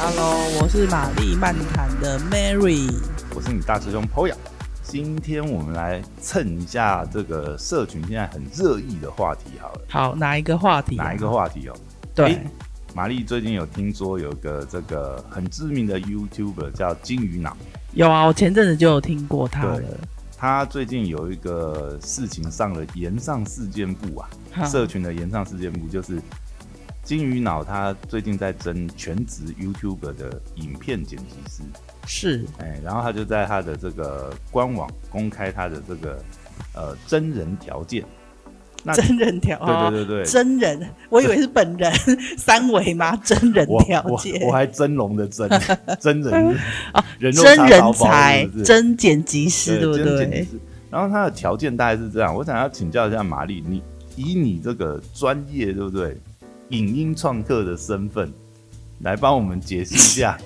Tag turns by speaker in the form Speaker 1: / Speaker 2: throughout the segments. Speaker 1: Hello，我是玛丽漫谈的 Mary。
Speaker 2: 我是你大师兄 Poya。今天我们来蹭一下这个社群现在很热议的话题好了，
Speaker 1: 好，哪一个话题、啊
Speaker 2: 哪一个？话题哦？
Speaker 1: 对，
Speaker 2: 诶玛丽最近有听说有个这个很知名的 YouTuber 叫金鱼脑，
Speaker 1: 有啊，我前阵子就有听过他
Speaker 2: 对
Speaker 1: 了。
Speaker 2: 他最近有一个事情上了延上事件部啊，
Speaker 1: 哈
Speaker 2: 社群的延上事件部就是金鱼脑他最近在争全职 YouTuber 的影片剪辑师，
Speaker 1: 是
Speaker 2: 哎，然后他就在他的这个官网公开他的这个呃真人条件。那
Speaker 1: 真人条，
Speaker 2: 对对对对，
Speaker 1: 哦真人，我以为是本人 三维吗？真人
Speaker 2: 哦我
Speaker 1: 条
Speaker 2: 我
Speaker 1: 件
Speaker 2: 我还真龙 的真真人
Speaker 1: 啊，
Speaker 2: 人肉
Speaker 1: 真
Speaker 2: 叉
Speaker 1: 人
Speaker 2: 烧包
Speaker 1: 才
Speaker 2: 是不，是
Speaker 1: 真剪辑师，对不
Speaker 2: 对真剪
Speaker 1: 对
Speaker 2: 辑？师然后他的条件大概是这样，我想要请教一下玛丽，你以你这个专业对不对，影音创客的身份，来帮我们解析 一下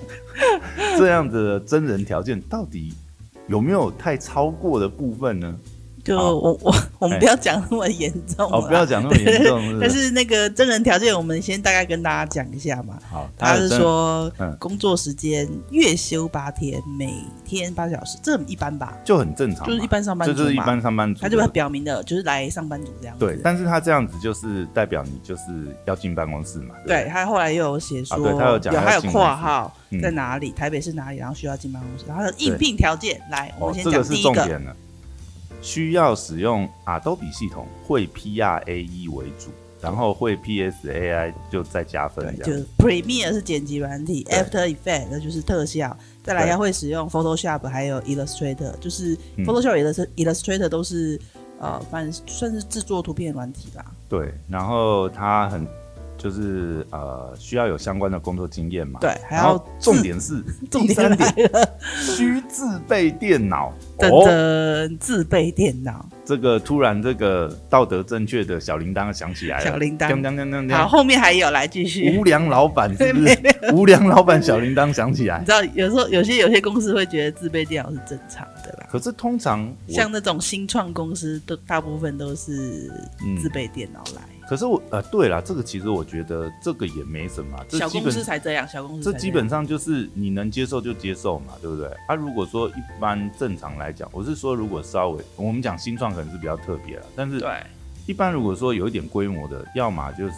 Speaker 2: 这样子的真人条件到底有没有太超过的部分呢？
Speaker 1: 就
Speaker 2: 好
Speaker 1: 我我我们
Speaker 2: 哎
Speaker 1: 不要讲那么严重
Speaker 2: 哦，
Speaker 1: 啦
Speaker 2: 不要讲那么严重，是不
Speaker 1: 啊但
Speaker 2: 是
Speaker 1: 是那个真人条件，我们先大概跟大家讲一下嘛。
Speaker 2: 好，
Speaker 1: 他
Speaker 2: 的
Speaker 1: 是
Speaker 2: 真
Speaker 1: 说
Speaker 2: 嗯
Speaker 1: 工作时间月休八天，每天八小时，这很一般吧？
Speaker 2: 就很正常嘛，
Speaker 1: 就是一般上班
Speaker 2: 这
Speaker 1: 族
Speaker 2: 就是一
Speaker 1: 嘛
Speaker 2: 般上班族，
Speaker 1: 他就把它表明了，就是来上班族这样子。
Speaker 2: 对，但是他这样子就是代表你就是要进办公室嘛，不
Speaker 1: 对他后来又有写说，
Speaker 2: 啊对他有讲
Speaker 1: 还有
Speaker 2: 要进
Speaker 1: 括号
Speaker 2: 公司嗯
Speaker 1: 在哪里，台北是哪里，然后需要进办公室，然后他的
Speaker 2: 对
Speaker 1: 应聘条件来，我
Speaker 2: 哦
Speaker 1: 们，先
Speaker 2: 这
Speaker 1: 讲
Speaker 2: 是
Speaker 1: 第一
Speaker 2: 重
Speaker 1: 个，
Speaker 2: 点了，需要使用 Adobe 系统，会 PRAE E 为主，然后会 PSAI 就再加分
Speaker 1: 对，
Speaker 2: 这
Speaker 1: 就
Speaker 2: 样。
Speaker 1: 是 Premiere 是剪辑软体
Speaker 2: 对
Speaker 1: ，After Effect 那就是特效，再来
Speaker 2: 对
Speaker 1: 要会使用 Photoshop 还有 Illustrator，就是
Speaker 2: 嗯
Speaker 1: Photoshop、Illustrator 都是呃，反正算是制作图片软体吧。
Speaker 2: 对，然后他很就是呃需要有相关的工作经验嘛。
Speaker 1: 对还
Speaker 2: 然
Speaker 1: 要
Speaker 2: 后重点是
Speaker 1: 重
Speaker 2: 第
Speaker 1: 点
Speaker 2: 三
Speaker 1: 来
Speaker 2: 点，需自备电脑。
Speaker 1: 等
Speaker 2: 哦，
Speaker 1: 着自备电脑。
Speaker 2: 这个突然这个道德正确的小铃铛响起来了，
Speaker 1: 小铃铛
Speaker 2: 锵锵锵锵锵
Speaker 1: 好，后面还有，来继续。
Speaker 2: 嗯无良老板 是不是？无良老板小铃铛响起来
Speaker 1: 你。知道，有时候有些有些公司会觉得自备电脑是正常的啦。
Speaker 2: 可是通常我，
Speaker 1: 像那种新创公司，都大部分都是
Speaker 2: 嗯
Speaker 1: 自备电脑来，
Speaker 2: 可是我呃，对啦，这个其实我觉得这个也没什么啊，这
Speaker 1: 小
Speaker 2: 基
Speaker 1: 公
Speaker 2: 本
Speaker 1: 司才这样，小公司才
Speaker 2: 这
Speaker 1: 样
Speaker 2: 基本上就是你能接受就接受嘛，对不对？啊，如果说一般正常来讲，我是说如果稍微我们讲新创可能是比较特别了，但是
Speaker 1: 对
Speaker 2: 一般如果说有一点规模的，要么就是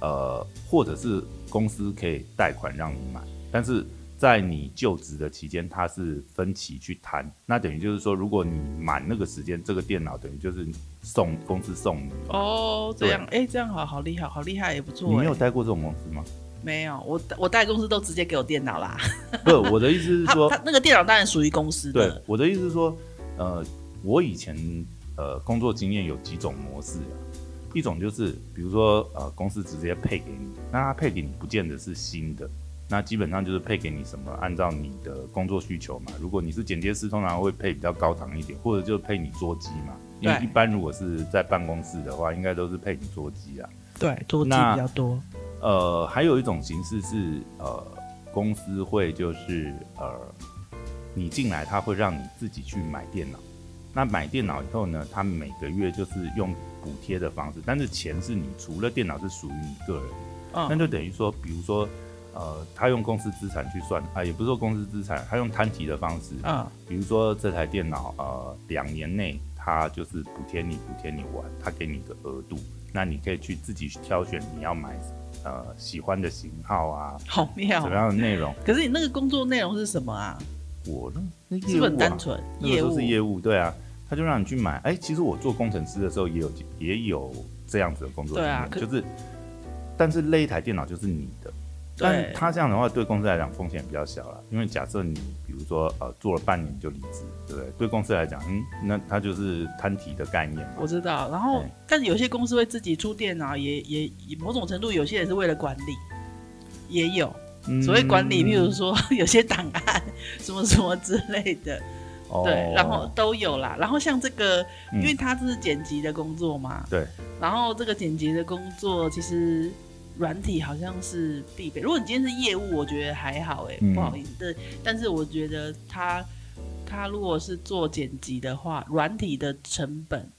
Speaker 2: 呃，或者是公司可以贷款让你买，但是在你就职的期间，它是分期去摊。那等于就是说，如果你满那个时间，这个电脑等于就是送公司送你。
Speaker 1: 哦，这
Speaker 2: 对
Speaker 1: 样哎、这样好好厉害，好厉害，也不错、
Speaker 2: 你没有
Speaker 1: 哎
Speaker 2: 待过这种公司吗？
Speaker 1: 没有，我我带公司都直接给我电脑啦。
Speaker 2: 不，我的意思是
Speaker 1: 他
Speaker 2: 说
Speaker 1: 他，那个电脑当然属于公司
Speaker 2: 对
Speaker 1: 的，，
Speaker 2: 我的意思是说，呃，我以前呃工作经验有几种模式啊，一种就是比如说呃公司直接配给你，那它配给你不见得是新的，那基本上就是配给你什么，按照你的工作需求嘛。如果你是剪接师，通常会配比较高档一点，或者就配你桌机嘛。因为
Speaker 1: 对
Speaker 2: 一般如果是在办公室的话，应该都是配你桌机啊。
Speaker 1: 对，多机
Speaker 2: 那
Speaker 1: 比较多。
Speaker 2: 呃，还有一种形式是呃，公司会就是呃，你进来他会让你自己去买电脑。那买电脑以后呢，他每个月就是用补贴的方式，但是钱是你除了电脑是属于你个人，那
Speaker 1: 嗯，
Speaker 2: 就等于说，比如说呃，他用公司资产去算啊，也不是说公司资产，他用摊提的方式，
Speaker 1: 嗯，
Speaker 2: 比如说这台电脑，呃，两年内它就是补贴你补贴你玩，它给你一个额度，那你可以去自己去挑选你要买呃喜欢的型号啊，
Speaker 1: 好妙
Speaker 2: 怎么。样的内容。
Speaker 1: 可是你那个工作内容是什么啊？
Speaker 2: 我呢，那
Speaker 1: 是不
Speaker 2: 业
Speaker 1: 是很
Speaker 2: 务啊
Speaker 1: 单，纯？
Speaker 2: 那个
Speaker 1: 业
Speaker 2: 时
Speaker 1: 务
Speaker 2: 候是业务，对啊，他就让你去买。哎、其实我做工程师的时候也有也有这样子的工作经
Speaker 1: 对
Speaker 2: 验，
Speaker 1: 啊可
Speaker 2: 就是，但是那一台电脑就是你的。但是
Speaker 1: 对，
Speaker 2: 他这样的话，对公司来讲风险比较小了，因为假设你比如说呃做了半年就离职，对不对？对公司来讲，嗯，那它就是摊体的概念嘛
Speaker 1: 我。知道。然后
Speaker 2: 对，
Speaker 1: 但是有些公司会自己出电脑，也也也某种程度，有些人是为了管理，也有
Speaker 2: 嗯
Speaker 1: 所谓管理，譬如说 有些档案 什么什么之类的，
Speaker 2: 哦
Speaker 1: 对，然后都有啦。然后像这个，因
Speaker 2: 嗯
Speaker 1: 为它这是剪辑的工作嘛，
Speaker 2: 对。
Speaker 1: 然后这个剪辑的工作其实。软体好像是必备。如果你今天是业务，我觉得还好哎、
Speaker 2: 嗯
Speaker 1: 不好意思。但但是我觉得他他如果是做剪辑的话，软体的成本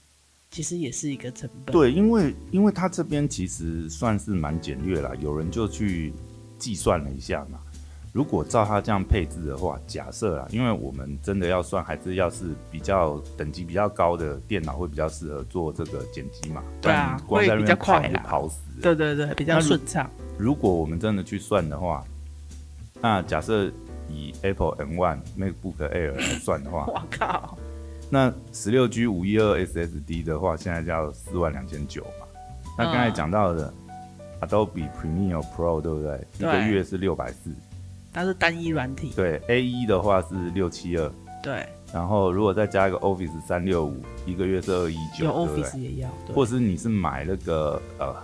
Speaker 1: 其实也是一个成本。
Speaker 2: 对，因为因为他这边其实算是蛮简略啦，有人就去计算了一下嘛。如果照它这样配置的话，假设啦，因为我们真的要算，还是要是比较等级比较高的电脑会比较适合做这个剪辑嘛，不
Speaker 1: 对啊
Speaker 2: 然光在那
Speaker 1: 会比
Speaker 2: 边
Speaker 1: 较
Speaker 2: 跑
Speaker 1: 快
Speaker 2: 就
Speaker 1: 啦
Speaker 2: 跑死了。
Speaker 1: 对对对，比较
Speaker 2: 那如
Speaker 1: 顺畅。
Speaker 2: 如果我们真的去算的话，那假设以 Apple N One、MacBook Air 来算的话，
Speaker 1: 我靠，
Speaker 2: 那十六 G 五一二 SSD 的话，现在叫四万两千九嘛。那刚才
Speaker 1: 嗯
Speaker 2: 讲到的 Adobe Premiere Pro 对不对？一
Speaker 1: 对
Speaker 2: 个月是六百四，
Speaker 1: 它是单一软体，
Speaker 2: 对 A 一的话是六七二，
Speaker 1: 对，
Speaker 2: 然后如果再加一个 Office 三六五，一个月是二一九，
Speaker 1: 有
Speaker 2: 对不对
Speaker 1: Office 也要，对
Speaker 2: 或是你是买那个呃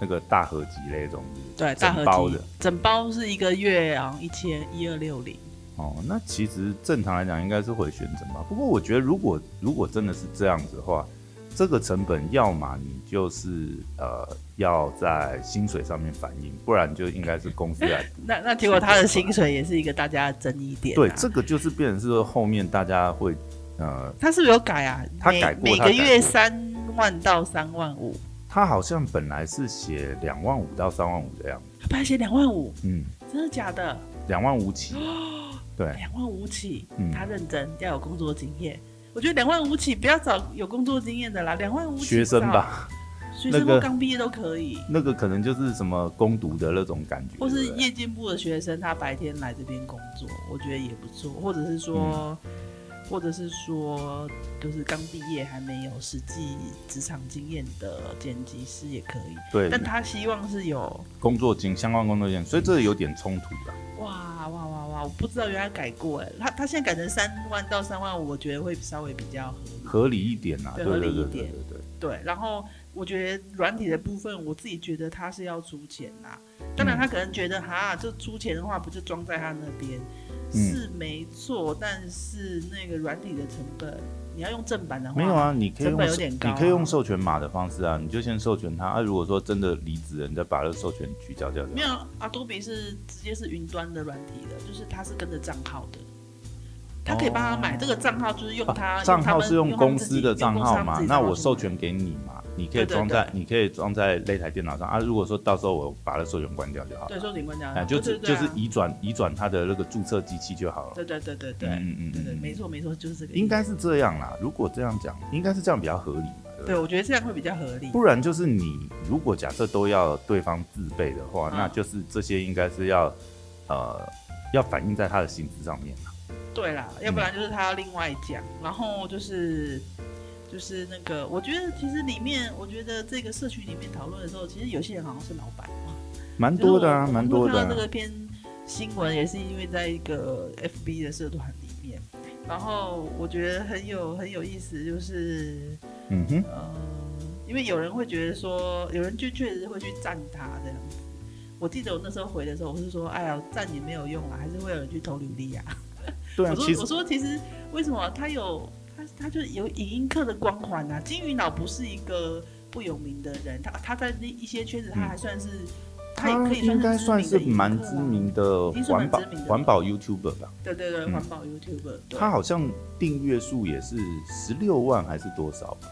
Speaker 2: 那个大合集那种，
Speaker 1: 对，大
Speaker 2: 整
Speaker 1: 合
Speaker 2: 包
Speaker 1: 集
Speaker 2: 的
Speaker 1: 整包是一个月啊一千一二六零，
Speaker 2: 哦，那其实正常来讲应该是会选择吧。不过我觉得，如果如果真的是这样子的话，这个成本要么你就是呃要在薪水上面反映，不然就应该是 公司来。
Speaker 1: 那那结果他的薪水也是一个大家的争议点、啊。
Speaker 2: 对，这个就是变成是说后面大家会呃，
Speaker 1: 他是不是有改啊？
Speaker 2: 他改过
Speaker 1: 每每
Speaker 2: 他改
Speaker 1: 个
Speaker 2: 过
Speaker 1: 月三万到三万五，
Speaker 2: 他好像本来是写两万五到三万五的样子，
Speaker 1: 他本来写两万五，
Speaker 2: 嗯，
Speaker 1: 真的假的？
Speaker 2: 两万五 起，对，
Speaker 1: 两万五起，
Speaker 2: 嗯
Speaker 1: 他认真要有工作经验。我觉得两万五起不要找有工作经验的啦，两万五起
Speaker 2: 学生吧。
Speaker 1: 找，学生
Speaker 2: 那
Speaker 1: 或
Speaker 2: 个
Speaker 1: 刚毕业都可以，
Speaker 2: 那个可能就是什么攻读的那种感觉，
Speaker 1: 或是
Speaker 2: 对不对
Speaker 1: 夜间部的学生，他白天来这边工作，我觉得也不错，或者是说。
Speaker 2: 嗯
Speaker 1: 或者是说，就是刚毕业还没有实际职场经验的剪辑师也可以，
Speaker 2: 对
Speaker 1: 但他希望是有
Speaker 2: 工作经相关工作经验，所以这有点冲突啦。
Speaker 1: 哇哇哇哇！我不知道原来改过哎，他他现在改成三万到三万五，我觉得会稍微比较合理。
Speaker 2: 合理一点啊，
Speaker 1: 对
Speaker 2: 对
Speaker 1: 合
Speaker 2: 对
Speaker 1: 理一
Speaker 2: 对对
Speaker 1: 点
Speaker 2: 对对。
Speaker 1: 对，然后我觉得软体的部分，我自己觉得他是要出钱啦。当然，
Speaker 2: 嗯
Speaker 1: 他可能觉得哈，这出钱的话不就装在他那边、
Speaker 2: 嗯
Speaker 1: 是没错，但是那个软体的成本，你要用正版的话，
Speaker 2: 没有啊，你可以
Speaker 1: 成
Speaker 2: 用
Speaker 1: 本有
Speaker 2: 授
Speaker 1: 点高啊
Speaker 2: 你可以用授权码的方式啊，你就先授权他啊。如果说真的离职了，你再把这个授权取消掉就好。
Speaker 1: 没有，Adobe 啊是直接是云端的软体的，就是它是跟着账号的，他可以帮他买、
Speaker 2: 哦
Speaker 1: 这个账号，就是用他
Speaker 2: 啊账
Speaker 1: 用他
Speaker 2: 号
Speaker 1: 们
Speaker 2: 是用
Speaker 1: 用他们
Speaker 2: 公
Speaker 1: 自
Speaker 2: 司
Speaker 1: 己
Speaker 2: 的账号
Speaker 1: 用公司他们
Speaker 2: 嘛
Speaker 1: 自？己
Speaker 2: 那
Speaker 1: 账号
Speaker 2: 我
Speaker 1: 去
Speaker 2: 授
Speaker 1: 买
Speaker 2: 权给你嘛，你可
Speaker 1: 对
Speaker 2: 以
Speaker 1: 对
Speaker 2: 装在你可以装在那台电脑上啊。如果说到时候我把这授权关掉就好
Speaker 1: 对，
Speaker 2: 了，
Speaker 1: 收紧关掉。
Speaker 2: 哎，就
Speaker 1: 对对
Speaker 2: 是
Speaker 1: 对
Speaker 2: 就
Speaker 1: 啊
Speaker 2: 是移转移转他的那个注册机器就好了。
Speaker 1: 对对对对对，
Speaker 2: 嗯嗯
Speaker 1: 对对，
Speaker 2: 嗯，
Speaker 1: 没错没错，就是这个意思。
Speaker 2: 应该是这样啦。如果这样讲，应该是这样比较合理嘛，对不
Speaker 1: 对，
Speaker 2: 对？
Speaker 1: 我觉得这样会比较合理。
Speaker 2: 不然就是你如果假设都要对方自备的话，
Speaker 1: 嗯
Speaker 2: 那就是这些应该是要呃要反映在他的薪资上面嘛。啊
Speaker 1: 对啦，要不然就是他要另外讲，然后就是就是那个，我觉得其实里面，我觉得这个社区里面讨论的时候，其实有些人好像是老板嘛，
Speaker 2: 蛮多的啊，
Speaker 1: 就是我
Speaker 2: 蛮多的、
Speaker 1: 我看到这
Speaker 2: 啊。
Speaker 1: 个篇新闻也是因为在一个 FB 的社团里面，然后我觉得很有很有意思，就是
Speaker 2: 嗯哼，
Speaker 1: 呃，因为有人会觉得说，有人就确实会去赞他这样子。我记得我那时候回的时候，我是说，哎呀，赞也没有用啊，还是会有人去投履历啊。
Speaker 2: 对啊
Speaker 1: 我，说，
Speaker 2: 其实
Speaker 1: 我说，其实为什么他有他他就有影音课的光环啊？金鱼脑不是一个不有名的人，他他在那一些圈子，他还算是、他也可以
Speaker 2: 嗯应该算是
Speaker 1: 知名的
Speaker 2: 蛮
Speaker 1: 影音课啊
Speaker 2: 知，名的
Speaker 1: 已经算
Speaker 2: 环
Speaker 1: 蛮
Speaker 2: 保
Speaker 1: 知名的了
Speaker 2: 环保 YouTuber 吧。
Speaker 1: 对对对，
Speaker 2: 嗯
Speaker 1: 环保 YouTuber，、对
Speaker 2: 他好像订阅数也是十六万还是多少吧，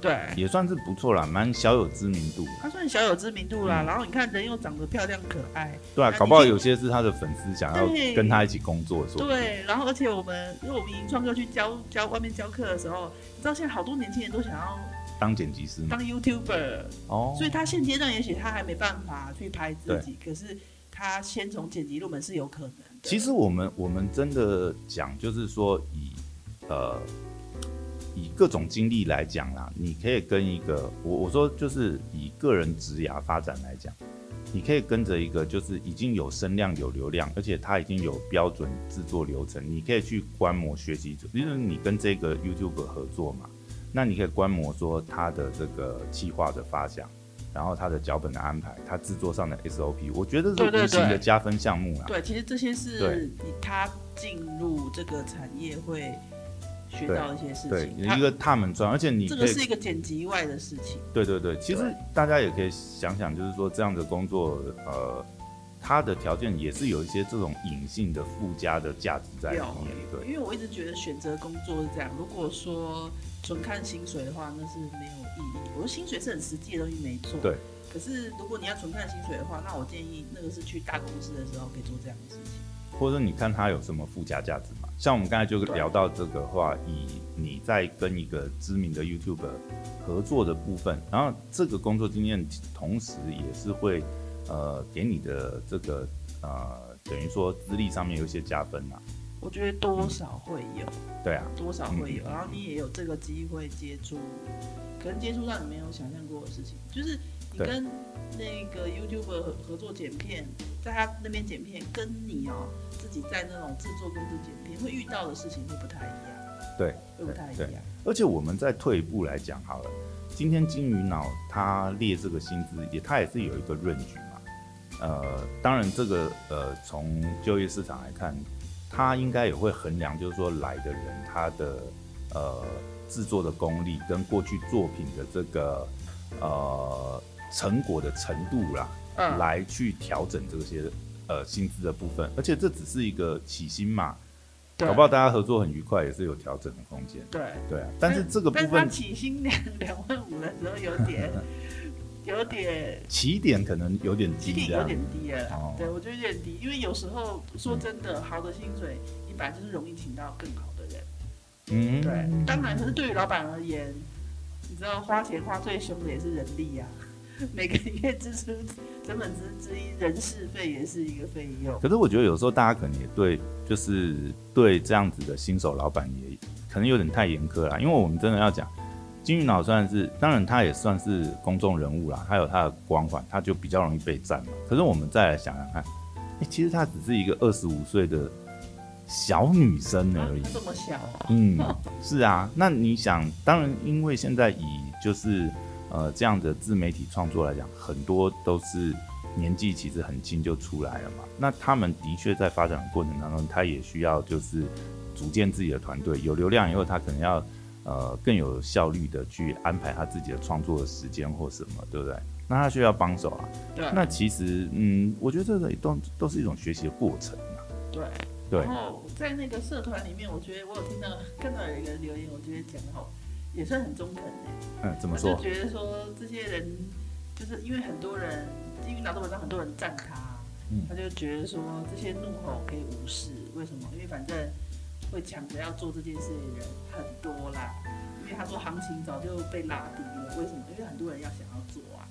Speaker 1: 对。
Speaker 2: 也算是不错啦，蛮小有知名度的。
Speaker 1: 他算小有知名度啦，
Speaker 2: 嗯
Speaker 1: 然后你看人又长得漂亮可爱，
Speaker 2: 对啊
Speaker 1: 那，你
Speaker 2: 搞不好
Speaker 1: 可以
Speaker 2: 有些是他的粉丝想
Speaker 1: 对
Speaker 2: 要跟他一起工作，说不定
Speaker 1: 对，然后而且我们因为我们银创课去教教外面教课的时候，你知道现在好多年轻人都想要
Speaker 2: 当剪辑师嘛。
Speaker 1: 当 YouTuber，
Speaker 2: 哦，
Speaker 1: 所以他现阶段也许他还没办法去拍自己，可是他先从剪辑入门是有可能的。
Speaker 2: 其实我们我们真的讲，就是说以呃以各种经历来讲啦，你可以跟一个我我说就是以个人职涯发展来讲，你可以跟着一个就是已经有声量有流量，而且他已经有标准制作流程，你可以去观摩学习，就是你跟这个 YouTube 合作嘛，那你可以观摩说他的这个企划的发想。然后他的脚本的安排，他制作上的 SOP，我觉得是
Speaker 1: 对对
Speaker 2: 无形
Speaker 1: 对
Speaker 2: 的加分项目啦。
Speaker 1: 对，其实这些是
Speaker 2: 对
Speaker 1: 你他进入这个产业会学到一些事
Speaker 2: 对，
Speaker 1: 情。他
Speaker 2: 一个踏门砖，而且你
Speaker 1: 这
Speaker 2: 可
Speaker 1: 个
Speaker 2: 以，
Speaker 1: 是一个剪辑外的事情。
Speaker 2: 对对对，其实
Speaker 1: 对
Speaker 2: 大家也可以想想，就是说这样的工作，呃，它的条件也是有一些这种隐性的附加的价值在里
Speaker 1: 有
Speaker 2: 面，对，
Speaker 1: 因为我一直觉得选择工作是这样，如果说纯看薪水的话，那是没有意义。我说薪水是很实际的东西，没错。
Speaker 2: 对。
Speaker 1: 可是如果你要纯看薪水的话，那我建议那个是去大公司的时候可以做这样的事情。
Speaker 2: 或者说你看它有什么附加价值嘛？像我们刚才就是
Speaker 1: 对
Speaker 2: 聊到这个话，以你在跟一个知名的 YouTube 合作的部分，然后这个工作经验同时也是会呃给你的这个呃等于说资历上面有一些加分啊，
Speaker 1: 我觉得多少会有，
Speaker 2: 对啊，
Speaker 1: 多少会有，然后你也有这个机会接触，可能接触到你没有想象过的事情，就是你
Speaker 2: 对
Speaker 1: 跟那个 YouTube 合合作剪片，在他那边剪片，跟你哦自己在那种制作公司剪片会遇到的事情会不太一样，
Speaker 2: 对。
Speaker 1: 会不太一
Speaker 2: 对
Speaker 1: 样。
Speaker 2: 而且我们再退一步来讲好了，今天金鱼脑它列这个薪资也，它也是有一个润局嘛。呃，当然这个呃，从就业市场来看，它应该也会衡量，就是说来的人他的呃制作的功力跟过去作品的这个呃成果的程度啦，
Speaker 1: 嗯
Speaker 2: 来去调整这些呃薪资的部分。而且这只是一个起薪嘛，
Speaker 1: 对
Speaker 2: 搞不好大家合作很愉快，也是有调整的空间。
Speaker 1: 对，
Speaker 2: 对啊，但是这个部
Speaker 1: 但是他
Speaker 2: 分
Speaker 1: 起薪两两万五的时候有 点有点
Speaker 2: 起点可能有点
Speaker 1: 起
Speaker 2: 低，
Speaker 1: 点
Speaker 2: 这样
Speaker 1: 有点低了啦，
Speaker 2: 哦
Speaker 1: 对我觉得有点低，因为有时候说真的，好的薪水你本来就是容易请到更好的人，
Speaker 2: 嗯，
Speaker 1: 对，当然，可是对于老板而言，你知道花钱花最凶的也是人力啊， 每个月支出成本之之一，人事费也是一个费用，
Speaker 2: 可是我觉得有时候大家可能也对，就是对这样子的新手老板也可能有点太严苛啦，因为我们真的要讲，金鱼脑算是，当然他也算是公众人物啦，他有他的光环，他就比较容易被占嘛。可是我们再来想想看，哎、其实她只是一个二十五岁的小女生
Speaker 1: 啊
Speaker 2: 而已，
Speaker 1: 这么小哦，
Speaker 2: 嗯， 是啊，那你想，当然，因为现在以就是呃这样的自媒体创作来讲，很多都是年纪其实很轻就出来了嘛。那他们的确在发展的过程当中，他也需要就是组建自己的团队，有流量以后，他可能要呃更有效率的去安排他自己的创作的时间或什么，对不对？那他需要帮手啊。
Speaker 1: 对
Speaker 2: 那其实，嗯，我觉得这个都都是一种学习的过程啊。
Speaker 1: 对。
Speaker 2: 对
Speaker 1: 然，后在那个社团里面，我觉得我有听到看到有一个留言，我觉得讲的好，也算很中肯的、
Speaker 2: 嗯，怎么
Speaker 1: 我
Speaker 2: 说
Speaker 1: 就？觉得说这些人，就是因为很多人，因为拿到文章很多人赞他，
Speaker 2: 嗯
Speaker 1: 他就觉得说这些怒吼可以无视，为什么？因为反正会抢着要做这件事的人很多啦。因为他说行情早就被拉低了，为什么？因为很多人要想要做啊。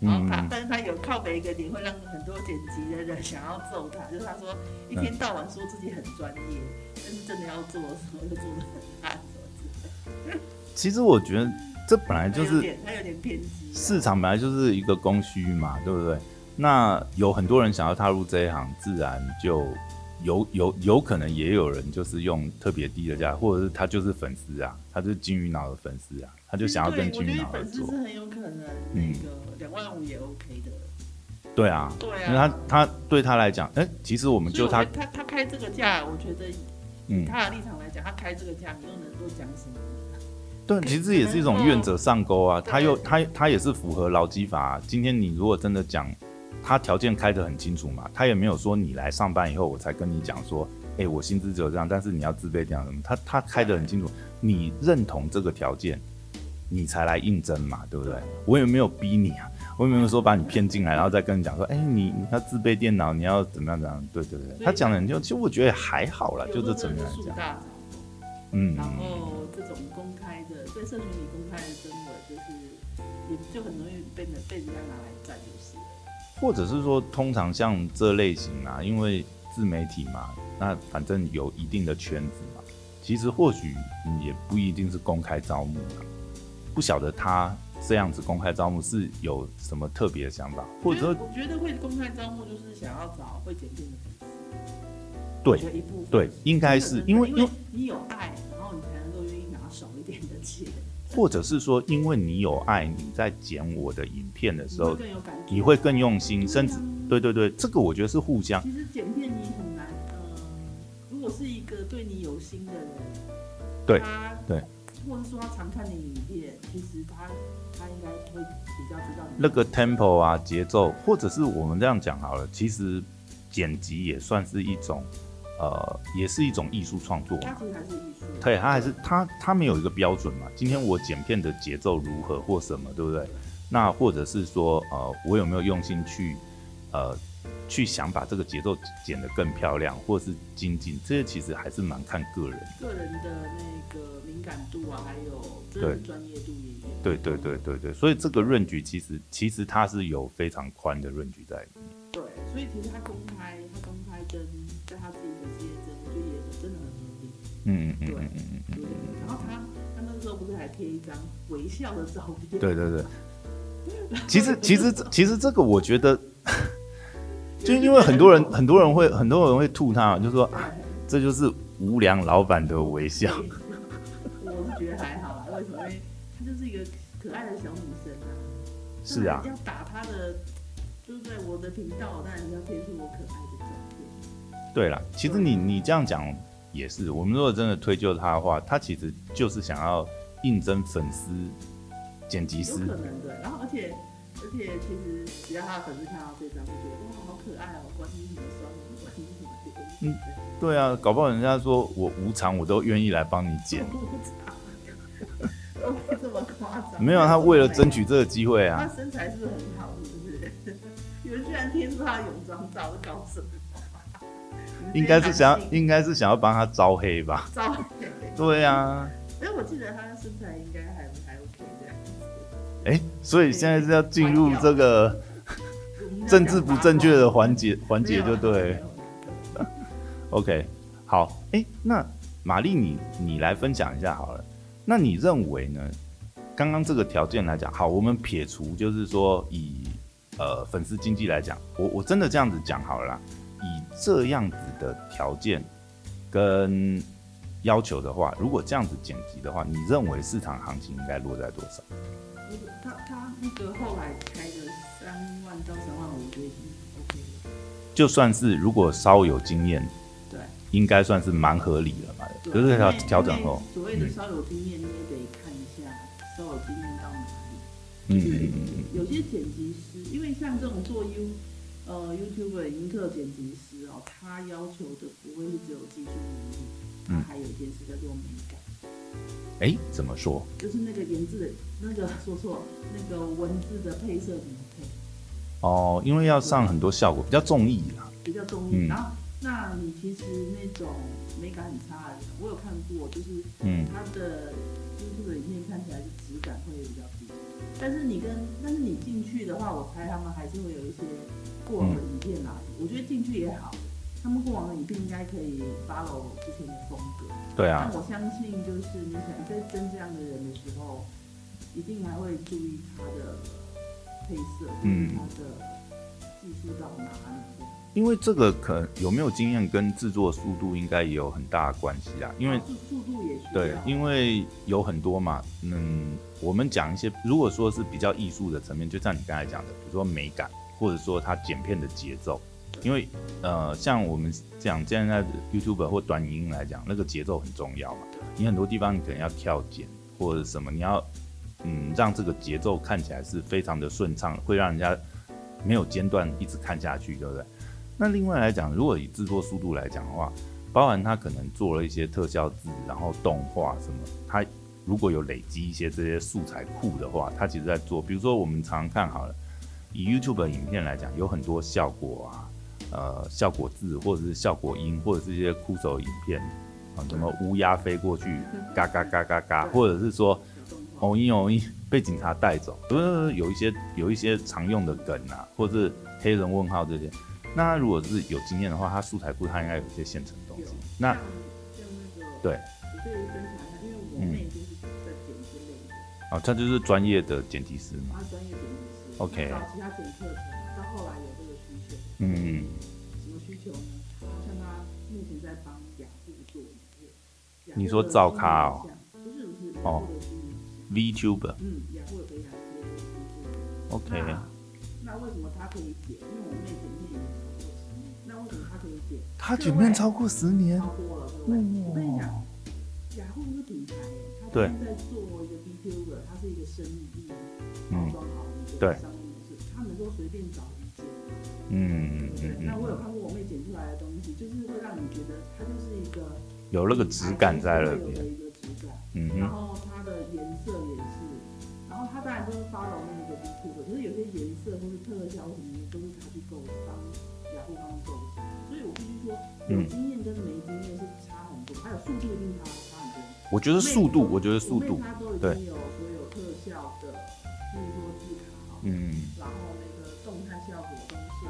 Speaker 1: 然后他，
Speaker 2: 嗯，
Speaker 1: 但是他有靠每一个点，会让很多剪辑的人想要揍他。就是他说一
Speaker 2: 嗯
Speaker 1: 天到晚说自己很专业，但是真的要做的时候又做的很烂，什么之类的
Speaker 2: 其实我觉得这本来就
Speaker 1: 他有
Speaker 2: 是
Speaker 1: 点他有点偏激啊。
Speaker 2: 市场本来就是一个供需嘛，对不对？那有很多人想要踏入这一行，自然就有有有可能也有人就是用特别低的价，或者是他就是粉丝啊，他就是金鱼脑的粉丝啊，他就想要跟
Speaker 1: 对
Speaker 2: 金鱼脑合
Speaker 1: 我觉得粉丝
Speaker 2: 作
Speaker 1: 是。很有可能那
Speaker 2: 嗯
Speaker 1: 个两万五也 OK 的。
Speaker 2: 对啊，
Speaker 1: 对
Speaker 2: 因
Speaker 1: 啊，
Speaker 2: 为他他对他来讲，哎、其实我们
Speaker 1: 所以
Speaker 2: 就
Speaker 1: 我觉
Speaker 2: 他
Speaker 1: 得，他他开这个价，我觉得以
Speaker 2: 嗯，
Speaker 1: 他的立场来讲，他开这个价，你又能够讲什么？
Speaker 2: 对，其实也是一种愿者上钩啊。
Speaker 1: 对
Speaker 2: 他又他他也是符合劳基法、啊。今天你如果真的讲，他条件开得很清楚嘛，他也没有说你来上班以后我才跟你讲说，哎、我薪资只有这样，但是你要自备这样什么。他他开得很清楚，你认同这个条件，你才来应征嘛，对不对
Speaker 1: 对？
Speaker 2: 我也没有逼你啊，我也没有说把你骗进来，然后再跟你讲说，哎、你你要自备电脑，你要怎么样怎么样？对
Speaker 1: 所
Speaker 2: 对
Speaker 1: 以
Speaker 2: 对，他讲的很清楚，其实我觉得还好啦，
Speaker 1: 有
Speaker 2: 就
Speaker 1: 时候
Speaker 2: 这层
Speaker 1: 真的
Speaker 2: 面来
Speaker 1: 是树
Speaker 2: 讲，
Speaker 1: 大招风。
Speaker 2: 嗯
Speaker 1: 然后这种公开的，对社群里公开的真的就是也就很容易被人被人家拿来占，就是了。
Speaker 2: 或者是说，通常像这类型啊，因为自媒体嘛，那反正有一定的圈子嘛，其实或许嗯也不一定是公开招募啊，不晓得他这样子公开招募是有什么特别的想法，或者
Speaker 1: 我
Speaker 2: 说
Speaker 1: 觉得我觉得会公开招募，就是想要找会剪片的粉丝。
Speaker 2: 对
Speaker 1: 我觉得一部分
Speaker 2: 对应该是
Speaker 1: 真的
Speaker 2: 因为
Speaker 1: 因
Speaker 2: 因为
Speaker 1: 你有爱，然后你才能够愿意拿少一点的钱，
Speaker 2: 或者是说，因为你有爱，你在剪我的影片的
Speaker 1: 你
Speaker 2: 时
Speaker 1: 会
Speaker 2: 候，
Speaker 1: 更有感觉。
Speaker 2: 你会更用心，甚至
Speaker 1: 对啊
Speaker 2: 对对对，这个我觉得是互相。
Speaker 1: 其实剪片你很难，呃，如果是一个对你有心的人，
Speaker 2: 对
Speaker 1: 他
Speaker 2: 对，
Speaker 1: 或者说他常看你影片，其实他他应该会比较知道你
Speaker 2: 那个 tempo 啊，节奏，或者是我们这样讲好了，其实剪辑也算是一种，呃，也是一种艺术创作嘛。
Speaker 1: 他其实还是艺术，
Speaker 2: 对，他还是他他没有一个标准嘛。今天我剪片的节奏如何或什么，对不对？那或者是说，呃，我有没有用心去，呃，去想把这个节奏剪得更漂亮，或是精进，这些其实还是蛮看个人。
Speaker 1: 个人的那个敏感度啊，还有真
Speaker 2: 对
Speaker 1: 的专业度也有。
Speaker 2: 对对对对对，所以这个润局其实其实它是有非常宽的润局在里面。
Speaker 1: 对，所以其实他公开，他公开跟在他自己的事业真，我觉得也真的很努力。
Speaker 2: 嗯嗯
Speaker 1: 对
Speaker 2: 嗯嗯嗯嗯，
Speaker 1: 对，然后他他那时候不是还贴一张微笑的照片？
Speaker 2: 对对对。其实其实其实这个我觉得，就因为 很多人很多人会很多人会吐他，就说、啊、这就是无良老板的微笑。
Speaker 1: 我是觉得还好啦，为什么？因为她就是一个可爱的小女生啊。
Speaker 2: 是啊
Speaker 1: 当然要打她的，就是在我的频道，当然要贴出我可爱的照片。
Speaker 2: 对啦，其实你你这样讲也是，我们如果真的推究他的话，他其实就是想要应征粉丝剪辑
Speaker 1: 有
Speaker 2: 师。
Speaker 1: 可能的。然后而且而且其实只要她的粉丝看到这张，就觉得哇好可爱哦，关心什么酸民，关心什么这个。
Speaker 2: 嗯对啊，搞不好人家说我无偿，我都愿意来帮你
Speaker 1: 哦
Speaker 2: 剪。
Speaker 1: 都会这么夸张？
Speaker 2: 没有，他啊为了争取这个机会
Speaker 1: 他
Speaker 2: 啊，
Speaker 1: 身材是不是很好？是不是？你们居然贴出他的泳装照，是搞什么？
Speaker 2: 应该是想要，
Speaker 1: 你们这些男性
Speaker 2: 应该是想要帮他招黑吧？
Speaker 1: 照。
Speaker 2: 对啊，
Speaker 1: 哎，我记得他的身材应该还还 OK 这样子
Speaker 2: 哎，所以现在是要进入这个政治不正确的环节环节，就对了。。OK，好，哎，那玛丽你你来分享一下好了。那你认为呢？刚刚这个条件来讲，好，我们撇除就是说以呃粉丝经济来讲，我我真的这样子讲好了啦。以这样子的条件跟要求的话，如果这样子剪辑的话，你认为市场行情应该落在多少？
Speaker 1: 我他他那个后来开的三万到三万五，我觉得已经 OK 了。
Speaker 2: 就算是如果稍有经验，
Speaker 1: 对，
Speaker 2: 应该算是蛮合理了嘛。
Speaker 1: 对
Speaker 2: 就是调
Speaker 1: 因为
Speaker 2: 调整哦嗯后，
Speaker 1: 因为所谓的稍有经验，你也得看一下稍有经验到哪里。
Speaker 2: 嗯
Speaker 1: 是
Speaker 2: 嗯嗯嗯嗯，
Speaker 1: 有些剪辑师，因为像这种做 U 呃 YouTube 影特剪辑师哦，他要求的不会是只有技术能力，他
Speaker 2: 嗯
Speaker 1: 还有一件事叫做美感，
Speaker 2: 哎、怎么说？
Speaker 1: 就是那个文字的那个说错，那个文字的配色怎么配
Speaker 2: 哦，因为要上很多效果，比较综艺啦。
Speaker 1: 比较重要。
Speaker 2: 嗯
Speaker 1: 然后，那你其实那种美感很差的人，我有看过，就是
Speaker 2: 嗯
Speaker 1: 他的 YouTube 影片看起来是质感会比较低，但是你跟但是你进去的话，我猜他们还是会有一些过往的影片啦。我觉得进去也好，他们过往的影片应该可以 follow 之前的风格。
Speaker 2: 对
Speaker 1: 但
Speaker 2: 啊，
Speaker 1: 我相信，就是你想在跟这样的人的时候，一定还会注意他的配色，注
Speaker 2: 嗯
Speaker 1: 意他的技术到哪里这样。
Speaker 2: 因为这个可能有没有经验跟制作速度应该也有很大的关系啊。因为
Speaker 1: 速速度也需要。
Speaker 2: 对，因为有很多嘛，嗯，我们讲一些，如果说是比较艺术的层面，就像你刚才讲的，比如说美感，或者说它剪片的节奏，因为呃，像我们讲现在的 YouTube 或短影音来讲，那个节奏很重要嘛，你很多地方你可能要跳剪或者什么，你要嗯让这个节奏看起来是非常的顺畅，会让人家没有间断一直看下去，对不对？那另外来讲，如果以制作速度来讲的话，包含他可能做了一些特效字，然后动画什么，他如果有累积一些这些素材库的话，他其实在做，比如说我们常常看好了，以 YouTube 的影片来讲，有很多效果啊，呃，效果字或者是效果音，或者是一些酷手影片啊，什么乌鸦飞过去，嘎嘎嘎嘎嘎，或者是说偶一偶一哦被警察带走，不是有一些有一些常用的梗啊，或者是黑人问号这些。那他如果是有经验的话，他素材库他应该有一些现成的东西。那
Speaker 1: 像像那个，
Speaker 2: 对，
Speaker 1: 我可以分享一下，因为我妹就是在剪之类的，
Speaker 2: 哦，他就是专业的剪辑师嘛。
Speaker 1: 她专业剪辑师。
Speaker 2: OK
Speaker 1: 早期她剪课程，到后来有这个需求，
Speaker 2: 嗯，
Speaker 1: 什么需求呢？她像她目前在帮雅虎做影片。雅虎的
Speaker 2: 你说照咖哦
Speaker 1: 虚拟偶像？不是不是，雅
Speaker 2: 哦
Speaker 1: 虎的虚拟偶像。
Speaker 2: ，VTuber，OK，、
Speaker 1: 嗯，雅虎有培养这些工作。那那为什么她可以剪？因为我妹剪片也超过十年，那为什么她可以剪？
Speaker 2: 他
Speaker 1: 剪片超
Speaker 2: 过十年
Speaker 1: 超过了，对不对？我跟你讲，雅虎这个品牌，它
Speaker 2: 对
Speaker 1: 现在做一个 VTuber，它是一个生意包
Speaker 2: 嗯
Speaker 1: 装好一
Speaker 2: 对
Speaker 1: 个商业模式，它能够随便找人接，对
Speaker 2: 嗯
Speaker 1: 不
Speaker 2: 嗯
Speaker 1: 对？那我有
Speaker 2: 嗯，
Speaker 1: 看过我妹剪出来的东西，就是会让你觉得它就是一个
Speaker 2: 有那个质感在那
Speaker 1: 有
Speaker 2: 边
Speaker 1: 的。一个质感，
Speaker 2: 嗯
Speaker 1: 然
Speaker 2: 哼，
Speaker 1: 后它的颜色也是，然后它当然就是 follow 那个 VTuber，可是有些颜色或是特效什么的都是它去构帮角度方面做不同，所以我必须说，
Speaker 2: 嗯
Speaker 1: 有经验跟没经验是差很多，还有速度一定差差很多。
Speaker 2: 我觉得速度，我觉得速
Speaker 1: 五
Speaker 2: 度
Speaker 1: 妹，她都已
Speaker 2: 对
Speaker 1: 经有所有特效的，例如说字卡，
Speaker 2: 嗯，
Speaker 1: 然后那个动态效果公社，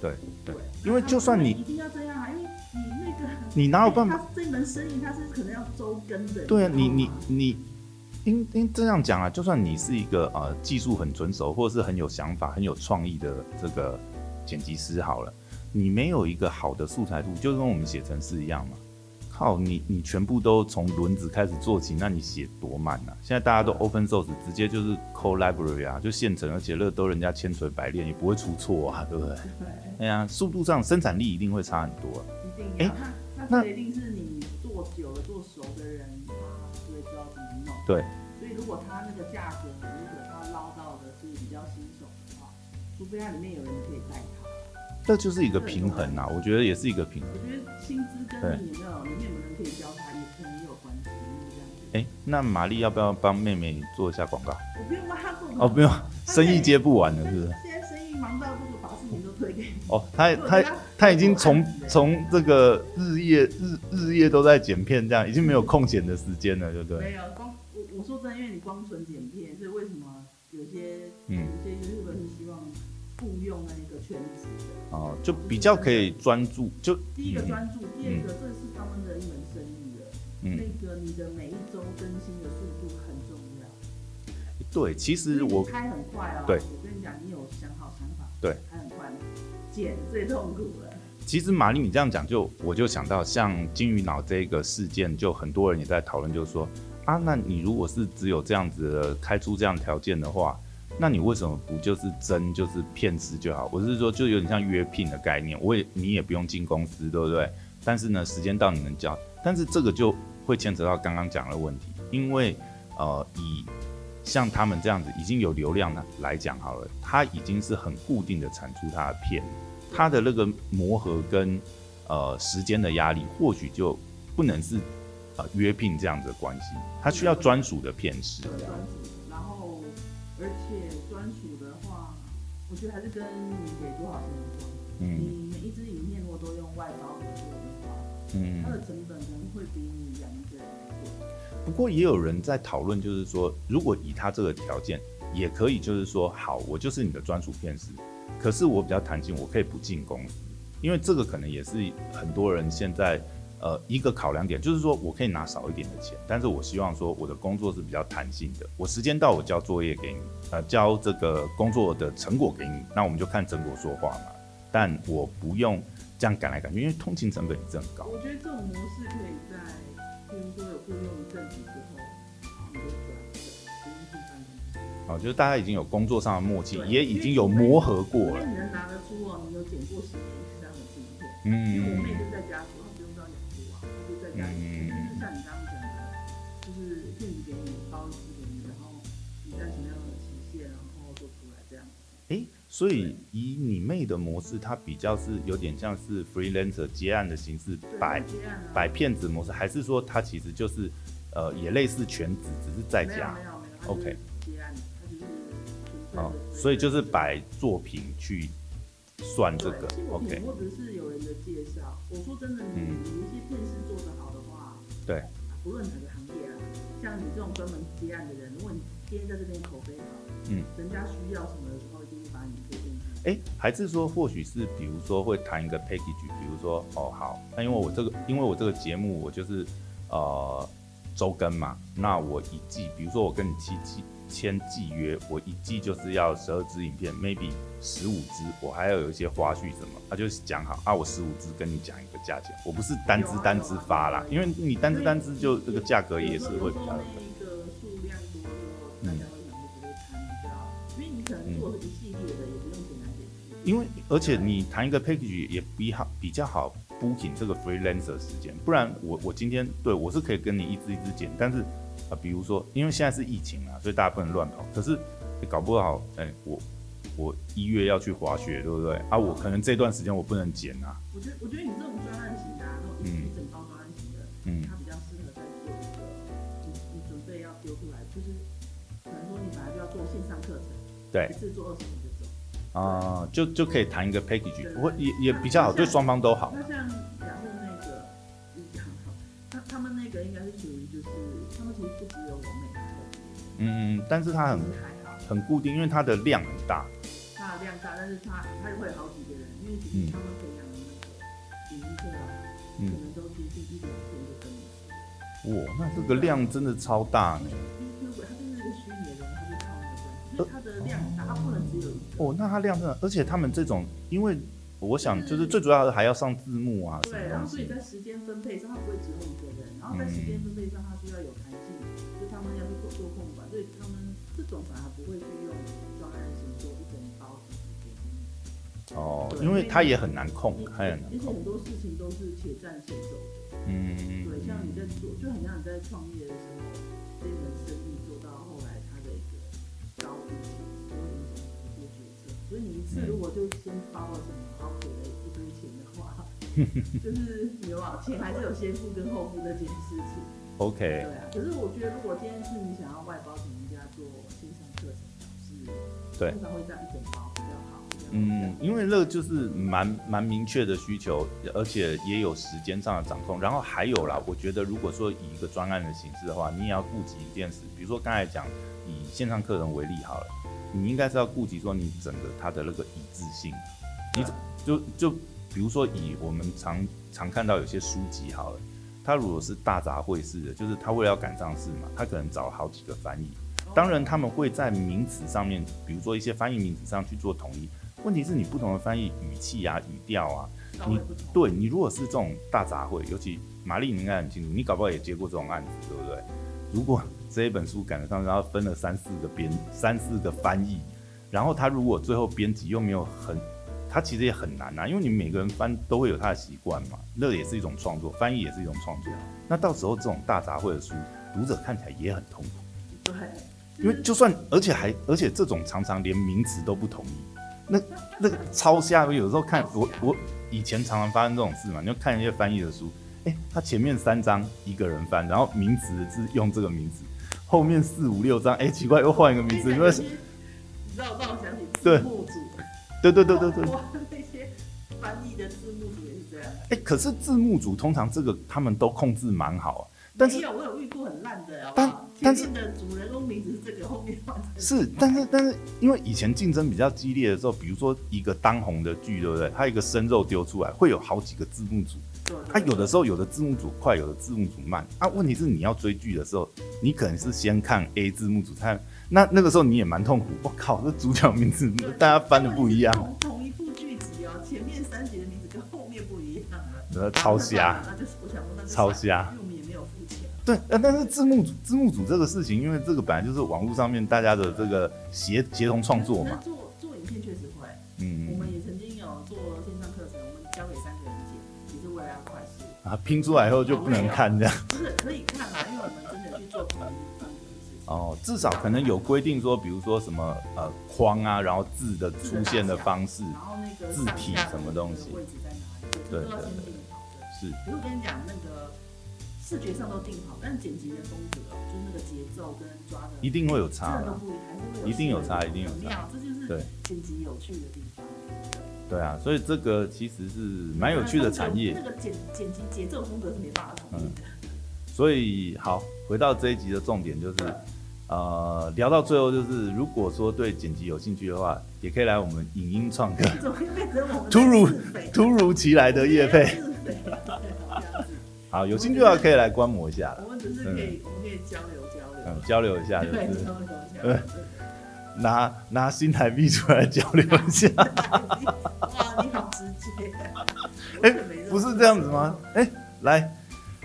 Speaker 2: 对对
Speaker 1: 对，
Speaker 2: 因为
Speaker 1: 那
Speaker 2: 就算
Speaker 1: 他们
Speaker 2: 你
Speaker 1: 一定要这样啊，因为你那个
Speaker 2: 你哪有 办法？
Speaker 1: 它这门生意它是可能要周更的，
Speaker 2: 对啊，
Speaker 1: 知
Speaker 2: 你
Speaker 1: 道
Speaker 2: 你
Speaker 1: 吗
Speaker 2: 你，应应这样讲啊，就算你是一个呃技术很纯熟，或者是很有想法、很有创意的这个剪辑师好了，你没有一个好的素材图，就跟我们写程式一样嘛。靠你，你全部都从轮子开始做起，那你写多慢呢、现在大家都 open source，直接就是 code library 啊，就现成，而且乐都人家千锤百炼，也不会出错啊，对不对？
Speaker 1: 对，
Speaker 2: 哎呀，速度上生产力一定会差很多啊、
Speaker 1: 一定要
Speaker 2: 哎
Speaker 1: 那
Speaker 2: 那
Speaker 1: 那这一定是你做久了做熟的人，他就会知道怎么弄。
Speaker 2: 对，
Speaker 1: 所以如果他那个价格，如果他捞到的是比较新手的话，除非他里面有人可以带他。
Speaker 2: 这就是一个平衡啊，我觉得也是一个平衡。
Speaker 1: 我觉得薪资跟你有没有里面有没有人可以教他，也可能也有关系。这样子，
Speaker 2: 哎，那玛丽要不要帮妹妹做一下广告？
Speaker 1: 我不用帮他做
Speaker 2: 哦，不用，生意接不完了，
Speaker 1: 但
Speaker 2: 是不
Speaker 1: 是
Speaker 2: 是？
Speaker 1: 现在生意忙到这个，把事情都推给你。
Speaker 2: 哦，她
Speaker 1: 我觉得
Speaker 2: 她她已经从从这个日夜日日夜都在剪片，这样已经没有空闲的时间了，对不 对？
Speaker 1: 没有光，我我说真的，因为你光纯剪片，所以为什么有些
Speaker 2: 嗯
Speaker 1: 有些日本是希望雇佣那个全职的？
Speaker 2: 哦，就比较可以专注，就
Speaker 1: 第一个
Speaker 2: 嗯
Speaker 1: 专注，第二个这是他们的一门生意了。
Speaker 2: 嗯，
Speaker 1: 那个你的每一周更新的速度很重要。
Speaker 2: 对，其实
Speaker 1: 因为
Speaker 2: 我
Speaker 1: 你拍很快哦。
Speaker 2: 对
Speaker 1: 我跟你讲，你有想好想法，
Speaker 2: 对，
Speaker 1: 拍很快，剪最痛苦了。
Speaker 2: 其实玛丽，你这样讲就我就想到，像金鱼脑这个事件，就很多人也在讨论，就是说啊，那你如果是只有这样子的开出这样条件的话，那你为什么不就是真就是骗吃就好？我是说，就有点像约聘的概念，我也你也不用进公司，对不对？但是呢，时间到你能交，但是这个就会牵扯到刚刚讲的问题，因为呃，以像他们这样子已经有流量的来讲好了，它已经是很固定的产出它的片了。它的那个磨合跟呃时间的压力，或许就不能是呃约聘这样子的关系，它需要专属的片师。
Speaker 1: 有专属的，然后而且专属的话，我觉得还是跟你给多少钱有关。
Speaker 2: 嗯
Speaker 1: 你每一支影片如果都用外包制作的话，
Speaker 2: 嗯
Speaker 1: 它。的成本可能会比你养一个人贵。
Speaker 2: 不过也有人在讨论，就是说，如果以他这个条件，也可以就是说，好，我就是你的专属片师，可是我比较弹性，我可以不进公司，因为这个可能也是很多人现在呃一个考量点，就是说我可以拿少一点的钱，但是我希望说我的工作是比较弹性的，我时间到我交作业给你，呃，交这个工作的成果给你，那我们就看成果说话嘛，但我不用这样赶来赶去，因为通勤成本也是很高。
Speaker 1: 我觉得这种模式可以在，比如说有雇佣一阵子之后，然后你就转成不用去办公室。
Speaker 2: 哦，就是大家已经有工作上的默契，
Speaker 1: 对
Speaker 2: 也已经有磨合过
Speaker 1: 因为
Speaker 2: 了。
Speaker 1: 你能拿得出哦，你有剪过十年以上的影片。因为我
Speaker 2: 嗯
Speaker 1: 妹就在家做，她不用到养猪啊，她就在家里做。就是像你刚刚讲的，就是片子给你，包一次给你，然后你在什么样的期限，然后做出来这样。
Speaker 2: 诶，所以以你妹的模式，它比较是有点像是 freelancer 接案的形式
Speaker 1: 对，
Speaker 2: 摆
Speaker 1: 像接案啊，
Speaker 2: 摆片子模式，还是说它其实就是呃也类似全职，只是在
Speaker 1: 没有
Speaker 2: 家
Speaker 1: 没有没有
Speaker 2: OK
Speaker 1: 她就是接案，她就是纯粹的
Speaker 2: 哦，
Speaker 1: freelancer
Speaker 2: 所以就是摆作品去算这
Speaker 1: 对
Speaker 2: 个
Speaker 1: 其实我品
Speaker 2: OK
Speaker 1: 或者是有人的介绍，我说真的，你
Speaker 2: 嗯
Speaker 1: 你一些片师做得好的话，
Speaker 2: 对，
Speaker 1: 不论哪个行业啦，像你这种专门接案的人，如果你今天在这边口碑好，
Speaker 2: 嗯，
Speaker 1: 人家需要什么的时候，一定会把你推荐出去。
Speaker 2: 哎、还是说或许是比如说会谈一个 package，比如说哦好，那因为我这个因为我这个节目我就是呃周更嘛，那我一季，比如说我跟你七季签季约，我一季就是要十二支影片，maybe 十五支，我还要有一些花絮什么，那、就讲好啊，我十五支跟你讲一个价钱，我不是单支单支发啦，因为你单支单支就这个价格也是会比较嗯
Speaker 1: 有时候那个数量多的时候，大家会想说不会谈比较，因为你可能做一系列的，也不用简单点。
Speaker 2: 因为而且你谈一个 package 也比好比较好 booking 这个 freelancer 时间，不然我我今天对我是可以跟你一支一支剪，但是啊、比如说因为现在是疫情啊，所以大家不能乱跑，可是、欸搞不好哎、我我一月要去滑雪，对不对？啊，我可能这段时间我不能剪啊，
Speaker 1: 我觉得，我觉得你这种专案型的、啊，那种一整包专案型的，
Speaker 2: 嗯
Speaker 1: 它比较适合在做一个你你准备要丢出来，就是可能说你本来就要做线上课程，
Speaker 2: 对
Speaker 1: 一次做二十几个种，
Speaker 2: 啊，就就可以谈一个 package，
Speaker 1: 对
Speaker 2: 或也也比较好，对双方都好
Speaker 1: 那。像雅虎那个你讲好，那他们那个应该是属于就是他们其实不只有我妹，
Speaker 2: 嗯，但是它
Speaker 1: 还有
Speaker 2: 很
Speaker 1: 其实还好，
Speaker 2: 很固定，因为它的量很大。
Speaker 1: 它的量大，但是它它会有好几个人，因为其实他们培养的那个营客啊，可
Speaker 2: 嗯，
Speaker 1: 能都是第一点线就跟你说。
Speaker 2: 哇，那这个量真的超大呢。
Speaker 1: YouTube 它就是一个虚拟的人，它就靠那个关系，所以它的量很大，它不能只有一个。
Speaker 2: 哦，那它量真的，而且他们这种，因为我想就是最主要的还要上字幕啊，什
Speaker 1: 嗯对，
Speaker 2: 么
Speaker 1: 然后
Speaker 2: 东
Speaker 1: 所以
Speaker 2: 西。
Speaker 1: 在时间分配上，它不会只有一个人，然后在时间分配上，它是要有弹性，就他们要去做做控管，所以他们这种反而不会去用专案型做一整包的时间。
Speaker 2: 哦，
Speaker 1: 对
Speaker 2: 因为它也很难控，它也
Speaker 1: 而
Speaker 2: 很难
Speaker 1: 且
Speaker 2: 控
Speaker 1: 很。多事情都是且战且走的，
Speaker 2: 嗯，
Speaker 1: 对，像你在做，就很像你在创业的时候，这门生意做到后来，它的一个高度，所有的一些决策，所以你一次
Speaker 2: 嗯
Speaker 1: 如果就先包了什么，然后给了一堆钱的话， 就是你往前还是有先付跟后付这件事情。对
Speaker 2: OK，
Speaker 1: 啊，可是我觉得，如果今天是你想要外包给人家做线上课程，是
Speaker 2: 对
Speaker 1: 通常会这样一整包比较好。比较好
Speaker 2: 嗯，，因为那个就是蛮蛮明确的需求，而且也有时间上的掌控。然后还有啦，我觉得如果说以一个专案的形式的话，你也要顾及一件事，比如说刚才讲以线上课程为例好了，你应该是要顾及说你整个它的那个一致性，你就就比如说以我们常常看到有些书籍好了，它如果是大杂烩式的，就是它为了要赶上市嘛，它可能找了好几个翻译，当然，他们会在名词上面，比如说一些翻译名词上去做统一。问题是你不同的翻译语气啊、语调啊，
Speaker 1: 稍微不同。
Speaker 2: 对你如果是这种大杂烩，尤其玛丽你应该很清楚，你搞不好也接过这种案子，对不对？如果这一本书赶得上，然后分了三四个编、三四个翻译，然后他如果最后编辑又没有很，他其实也很难啊，因为你每个人翻都会有他的习惯嘛，那也是一种创作，翻译也是一种创作。那到时候这种大杂烩的书，读者看起来也很痛苦。
Speaker 1: 对，
Speaker 2: 因为就算，而且还，而且这种常常连名词都不统一，那那个超瞎。我有时候看我我以前常常发生这种事嘛，你就看一些翻译的书，哎、他前面三章一个人翻，然后名词是用这个名字，后面四五六章，哎、奇怪又换一个名字，因
Speaker 1: 因
Speaker 2: 为
Speaker 1: 为你知道让我想起
Speaker 2: 对
Speaker 1: 字幕组，
Speaker 2: 对对对对对，
Speaker 1: 哇，那些翻译的字幕组也是这样。
Speaker 2: 哎、可是字幕组通常这个他们都控制蛮好、啊，但是
Speaker 1: 没有，我有遇过很烂的，好不
Speaker 2: 但
Speaker 1: 好？
Speaker 2: 但
Speaker 1: 前面的主人公名字是这个，后面换成
Speaker 2: 是，但是但是，因为以前竞争比较激烈的时候，比如说一个当红的剧，对不对？它一个生肉丢出来，会有好几个字幕组。
Speaker 1: 对
Speaker 2: 他有的时候有的字幕组快，有的字幕组慢啊。问题是你要追剧的时候，你可能是先看 A 字幕组，看那那个时候你也蛮痛苦。我靠，这主角名字
Speaker 1: 对
Speaker 2: 大家翻的不一样，
Speaker 1: 同同一部剧集哦，前面三集的名字跟后面不一样了，
Speaker 2: 呃，超瞎。
Speaker 1: 那就是我想说，那就
Speaker 2: 超瞎
Speaker 1: 算了因为我们也没有付钱。
Speaker 2: 对，呃但是字幕组字幕组这个事情，因为这个本来就是网络上面大家的这个协协同创作
Speaker 1: 那
Speaker 2: 嘛，
Speaker 1: 做做影片确实会，我
Speaker 2: 嗯，
Speaker 1: 们也曾经有做线上课程，我们交给三个人解，也是为了要快速，
Speaker 2: 啊，拼出来以后就不能看这样。
Speaker 1: 不是可以看啊，因为我们真的去做统一翻译的事情。
Speaker 2: 哦，至少可能有规定说，比如说什么呃框啊，然后字的出现的方式
Speaker 1: 然后那个
Speaker 2: 字体
Speaker 1: 上下
Speaker 2: 什么东西
Speaker 1: 的位置在哪里，
Speaker 2: 嗯对
Speaker 1: 这都要
Speaker 2: 对
Speaker 1: 先
Speaker 2: 对
Speaker 1: 定好的。
Speaker 2: 是，
Speaker 1: 可是我跟你讲，那个视觉上都定好，但是剪辑的风格，就是那个节奏跟抓的，
Speaker 2: 一定会有差
Speaker 1: 真的
Speaker 2: 啦
Speaker 1: 都不一样，还是
Speaker 2: 一定有差一定有
Speaker 1: 有差。这就是
Speaker 2: 对
Speaker 1: 剪辑有趣的地方。
Speaker 2: 对啊，所以这个其实是蛮有趣的产业嗯
Speaker 1: 那。个剪剪辑节奏风格是没办法统一的。
Speaker 2: 所以好，回到这一集的重点就是，呃，聊到最后就是，如果说对剪辑有兴趣的话，也可以来我们影音创 客。
Speaker 1: 怎么会变成我们
Speaker 2: 突如
Speaker 1: 自肥
Speaker 2: 突如其来的业 配，
Speaker 1: 自肥对好这样子
Speaker 2: 好，有兴趣的话可以来观摩一下啦，
Speaker 1: 我们只是可以，我们可以交流交流
Speaker 2: 嗯，。交流一下，就
Speaker 1: 对，
Speaker 2: 是
Speaker 1: 交流交
Speaker 2: 对
Speaker 1: 流。
Speaker 2: 拿拿新台币出来交流一 下。
Speaker 1: 哇，你好直接。
Speaker 2: 哎、不是这样子吗？？哎、来，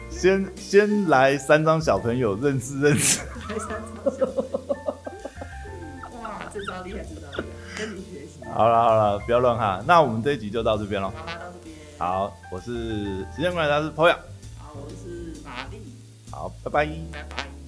Speaker 2: 先先来三张小朋友认识认识。
Speaker 1: 还想嘲笑我 哇，这招厉害，这招厉害，跟你学习。好
Speaker 2: 好了好了，不要乱哈。那我们这一集就到这边了。
Speaker 1: 啦，到这边。，
Speaker 2: 好，我是时间管理大师 Poya，
Speaker 1: 好，我是玛丽，
Speaker 2: 好，拜拜。
Speaker 1: 拜拜。